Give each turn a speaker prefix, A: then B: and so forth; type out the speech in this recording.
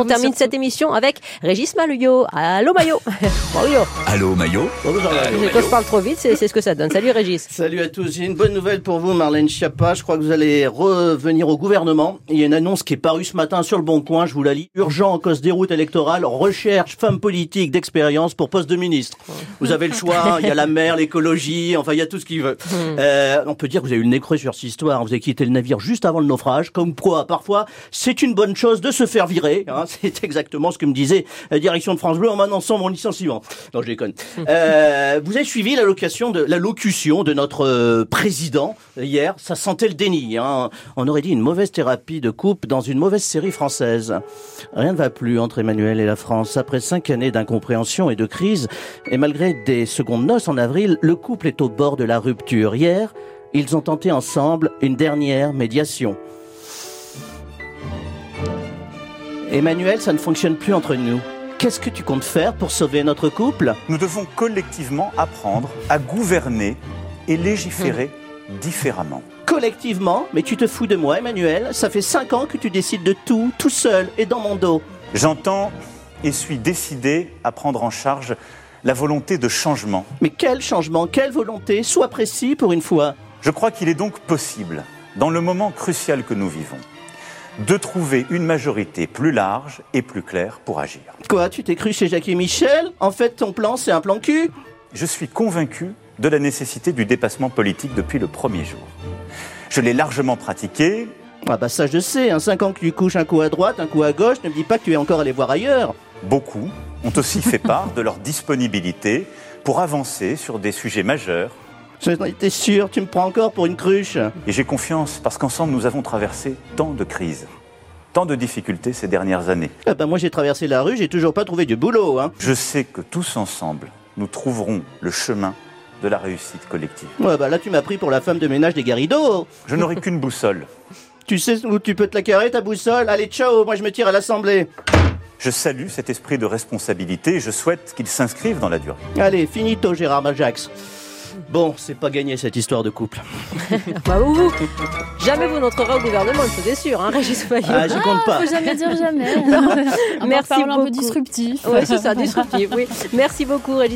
A: On termine cette émission avec Régis Maillot. Allô Maillot Maillot
B: Allô Maillot
C: Bonjour Marlène.
A: Quand je parle trop vite, c'est c'est ce que ça donne. Salut Régis
C: Salut à tous. J'ai une bonne nouvelle pour vous, Marlène Schiappa. Je crois que vous allez revenir au gouvernement. Il y a une annonce qui est parue ce matin sur le Bon Coin. Je vous la lis. Urgent en cause des routes électorales. Recherche femme politique d'expérience pour poste de ministre. Vous avez le choix. Il y a la mer, l'écologie. Enfin, il y a tout ce qu'il veut. Euh, on peut dire que vous avez eu le nez creux sur cette histoire. Vous avez quitté le navire juste avant le naufrage. Comme quoi, parfois, c'est une bonne chose de se faire virer. hein. C'est exactement ce que me disait la direction de France Bleu en annonçant mon licenciement. Non, je déconne. Euh, vous avez suivi l'allocation de l'allocution de notre euh, président hier. Ça sentait le déni. hein. On aurait dit une mauvaise thérapie de coupe dans une mauvaise série française. Rien ne va plus entre Emmanuel et la France. Après cinq années d'incompréhension et de crise, et malgré des secondes noces en avril, le couple est au bord de la rupture. Hier, ils ont tenté ensemble une dernière médiation. Emmanuel, ça ne fonctionne plus entre nous. Qu'est-ce que tu comptes faire pour sauver notre couple
B: Nous devons collectivement apprendre à gouverner et légiférer différemment.
C: Collectivement Mais tu te fous de moi, Emmanuel. Ça fait cinq ans que tu décides de tout, tout seul et dans mon dos.
B: J'entends et suis décidé à prendre en charge la volonté de changement.
C: Mais quel changement, quelle volonté Sois précis pour une fois.
B: Je crois qu'il est donc possible, dans le moment crucial que nous vivons, de trouver une majorité plus large et plus claire pour agir.
C: Quoi, tu t'es cru chez Jackie Michel En fait, ton plan, c'est un plan cul
B: Je suis convaincu de la nécessité du dépassement politique depuis le premier jour. Je l'ai largement pratiqué
C: Ah bah ça, je sais. Hein. Cinq ans que tu couches un coup à droite, un coup à gauche. Ne me dis pas que tu es encore allé voir ailleurs.
B: Beaucoup ont aussi fait part de leur disponibilité pour avancer sur des sujets majeurs.
C: J'en étais sûr, tu me prends encore pour une cruche.
B: Et j'ai confiance parce qu'ensemble, nous avons traversé tant de crises, tant de difficultés ces dernières années.
C: Ah bah moi, j'ai traversé la rue, j'ai toujours pas trouvé du boulot. Hein.
B: Je sais que tous ensemble, nous trouverons le chemin de la réussite collective.
C: Ouais, bah là, tu m'as pris pour la femme de ménage des Garrido.
B: Je n'aurai qu'une boussole.
C: Tu sais où tu peux te la carrer, ta boussole Allez, ciao, moi, je me tire à l'Assemblée.
B: Je salue cet esprit de responsabilité et je souhaite qu'il s'inscrive dans la durée.
C: Allez, finito Gérard Majax. Bon, c'est pas gagné cette histoire de couple.
A: Bah vous, vous, Jamais vous n'entrerez au gouvernement, une chose est sûre, hein, Régis Maillot
C: Ah, j'y compte pas.
D: Faut jamais dire jamais.
A: Merci
D: Merci parle un
A: beaucoup.
D: peu disruptif.
A: Oui, c'est ça, disruptif, oui. Merci beaucoup Régis